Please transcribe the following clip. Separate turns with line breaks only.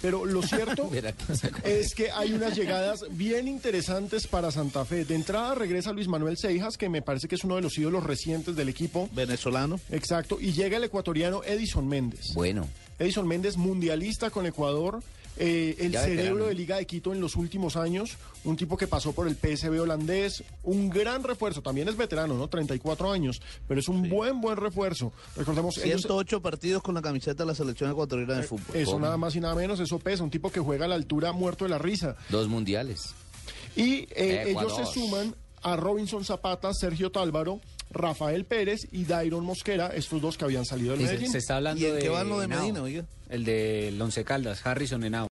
Pero lo cierto es que hay unas llegadas bien interesantes para Santa Fe. De entrada regresa Luis Manuel Seijas, que me parece que es uno de los ídolos recientes del equipo.
Venezolano.
Exacto. Y llega el ecuatoriano Edison Méndez.
Bueno.
Edison Méndez, mundialista con Ecuador. eh, el
Ya veterano.
cerebro de Liga de Quito en los últimos años, un tipo que pasó por el PSV holandés, un gran refuerzo, también es veterano, ¿no? 34 años, pero es un buen, buen refuerzo. Recordemos, ellos-
108 partidos con la camiseta de la selección ecuatoriana de fútbol.
eso nada más y nada menos, eso pesa, un tipo que juega a la altura muerto de la risa.
Dos mundiales.
Y eh, ellos
Ecuador.
se suman a Robinson Zapata, Sergio Tálvaro, Rafael Pérez y Dairon Mosquera, estos dos que habían salido del
Dice,
Medellín.
se está hablando
¿Y en
de
qué van lo de
Henao,
Medina, oiga?
El de Once Caldas, Harrison Henao.